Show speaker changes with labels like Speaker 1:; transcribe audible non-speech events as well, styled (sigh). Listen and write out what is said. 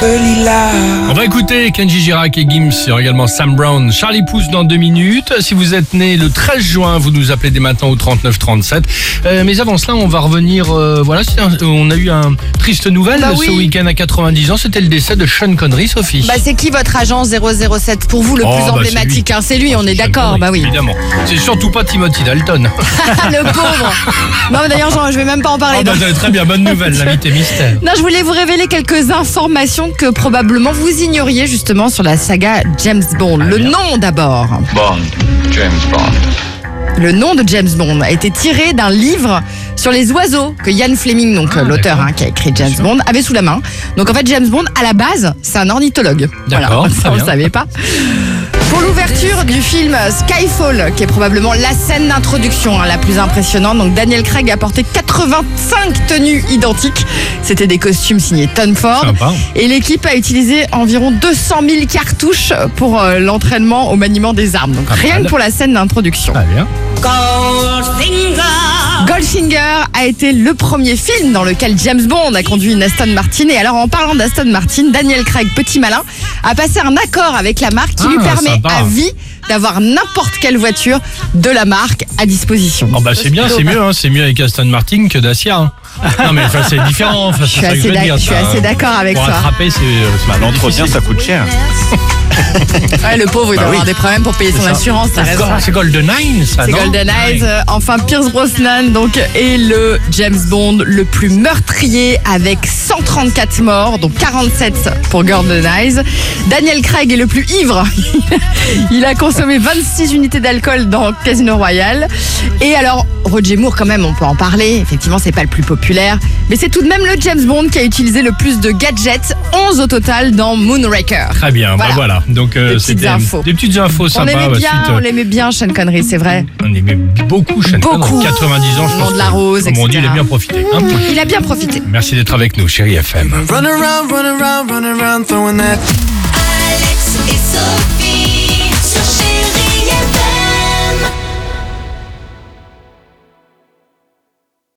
Speaker 1: peu lilas.
Speaker 2: On va écouter Kenji Girac et Gims, il y aura également Sam Brown, Charlie Pouce dans deux minutes. Si vous êtes né le 13 juin, vous nous appelez dès maintenant au 39 37. Euh, mais avant cela, on va revenir. euh, voilà, c'est un- on a eu un triste nouvelle
Speaker 3: Bah
Speaker 2: ce
Speaker 3: oui.
Speaker 2: week-end à 90 ans. C'était le décès de Sean Connery, Sophie.
Speaker 3: Bah, c'est qui votre agent 007 pour vous le
Speaker 2: Oh, bah,
Speaker 3: plus
Speaker 2: c'est
Speaker 3: emblématique
Speaker 2: lui.
Speaker 3: hein C'est lui, on est
Speaker 2: Sean
Speaker 3: d'accord,
Speaker 2: Connery,
Speaker 3: bah oui. Ah,
Speaker 2: Évidemment. C'est surtout pas Timothy Dalton.
Speaker 3: (laughs)
Speaker 2: (laughs)
Speaker 3: le pauvre. Non, d'ailleurs, j'en- je vais même pas en parler.
Speaker 2: Ah bah,
Speaker 3: donc.
Speaker 2: très bien, bonne
Speaker 3: (laughs)
Speaker 2: nouvelle, l'invité mystère.
Speaker 3: Non, je voulais vous révéler quelques informations que probablement vous ignoriez justement sur la saga James Bond. le
Speaker 2: Ah, bien.
Speaker 3: nom d'abord.
Speaker 4: Bond, James Bond.
Speaker 3: Le nom de James Bond a été tiré d'un livre sur les oiseaux que Ian Fleming, donc
Speaker 2: Ah,
Speaker 3: euh, l'auteur
Speaker 2: d'accord.
Speaker 3: hein, qui a écrit James
Speaker 2: Bien sûr.
Speaker 3: Bond, avait sous la main. Donc en fait, James Bond, à la base, c'est un ornithologue.
Speaker 2: D'accord,
Speaker 3: Voilà,
Speaker 2: très
Speaker 3: ça (laughs) on
Speaker 2: bien.
Speaker 3: ne savait pas. Pour l'ouverture du film Skyfall, qui est probablement la scène d'introduction hein, la plus impressionnante, donc Daniel Craig a porté 85 tenues identiques. C'était des costumes signés Tom Ford.
Speaker 2: Sympa.
Speaker 3: Et l'équipe a utilisé environ 200 000 cartouches pour euh, l'entraînement au maniement des armes. Donc
Speaker 2: Pas
Speaker 3: rien
Speaker 2: mal.
Speaker 3: que pour la scène d'introduction.
Speaker 2: Très bien.
Speaker 3: Goldfinger a été le premier film dans lequel James Bond a conduit une Aston Martin. Et alors, en parlant d'Aston Martin, Daniel Craig, petit malin, a passé un accord avec la marque qui lui
Speaker 2: Ah,
Speaker 3: permet
Speaker 2: sympa.
Speaker 3: à vie d'avoir n'importe quelle voiture de la marque à disposition.
Speaker 2: Oh bah c'est bien, c'est mieux, hein. c'est mieux avec Aston Martin que Dacia. hein. Non mais enfin, c'est différent. Enfin,
Speaker 3: Je suis
Speaker 2: c'est ça que
Speaker 3: assez
Speaker 2: veux
Speaker 3: d'ac-
Speaker 2: dire,
Speaker 3: je suis
Speaker 2: ça,
Speaker 3: assez
Speaker 2: hein.
Speaker 3: d'accord avec
Speaker 2: Pour
Speaker 3: toi.
Speaker 2: attraper, c'est c'est pas
Speaker 4: L'entretien,
Speaker 2: difficile.
Speaker 4: ça coûte cher.
Speaker 3: Ouais, le pauvre, il
Speaker 2: Bah
Speaker 3: doit
Speaker 2: oui.
Speaker 3: avoir des problèmes pour payer son
Speaker 2: ça.
Speaker 3: assurance, t'as raison.
Speaker 2: C'est GoldenEye, ça,
Speaker 3: C'est
Speaker 2: Ah non
Speaker 3: Golden Eyes. Euh, Enfin, Pierce Brosnan, donc, est le James Bond le plus meurtrier avec 134 morts, dont 47 pour Golden Eyes. Daniel Craig est le plus ivre. (laughs) Il a consommé 26 unités d'alcool dans Casino Royale. Et alors, Roger Moore, quand même, on peut en parler. Effectivement, c'est pas le plus populaire. Mais c'est tout de même le James Bond qui a utilisé le plus de gadgets, 11 au total, dans Moonraker.
Speaker 2: Très bien, bah
Speaker 3: Voilà.
Speaker 2: voilà. Donc euh,
Speaker 3: Des petites
Speaker 2: c'était
Speaker 3: infos.
Speaker 2: des petites infos
Speaker 3: On
Speaker 2: sympas.
Speaker 3: l'aimait
Speaker 2: bah,
Speaker 3: bien,
Speaker 2: suite, euh,
Speaker 3: on l'aimait bien, Sean Connery, c'est vrai.
Speaker 2: on aimait beaucoup Sean Connery.
Speaker 3: Beaucoup.
Speaker 2: 90 ans, je pense.
Speaker 3: Le nom de la
Speaker 2: que,
Speaker 3: rose,
Speaker 2: Comme on dit,
Speaker 3: etc.
Speaker 2: il a bien profité. hein.
Speaker 3: Il a bien profité.
Speaker 2: Merci d'être avec nous, chérie FM.
Speaker 1: Run around, run around, run around, throwing that.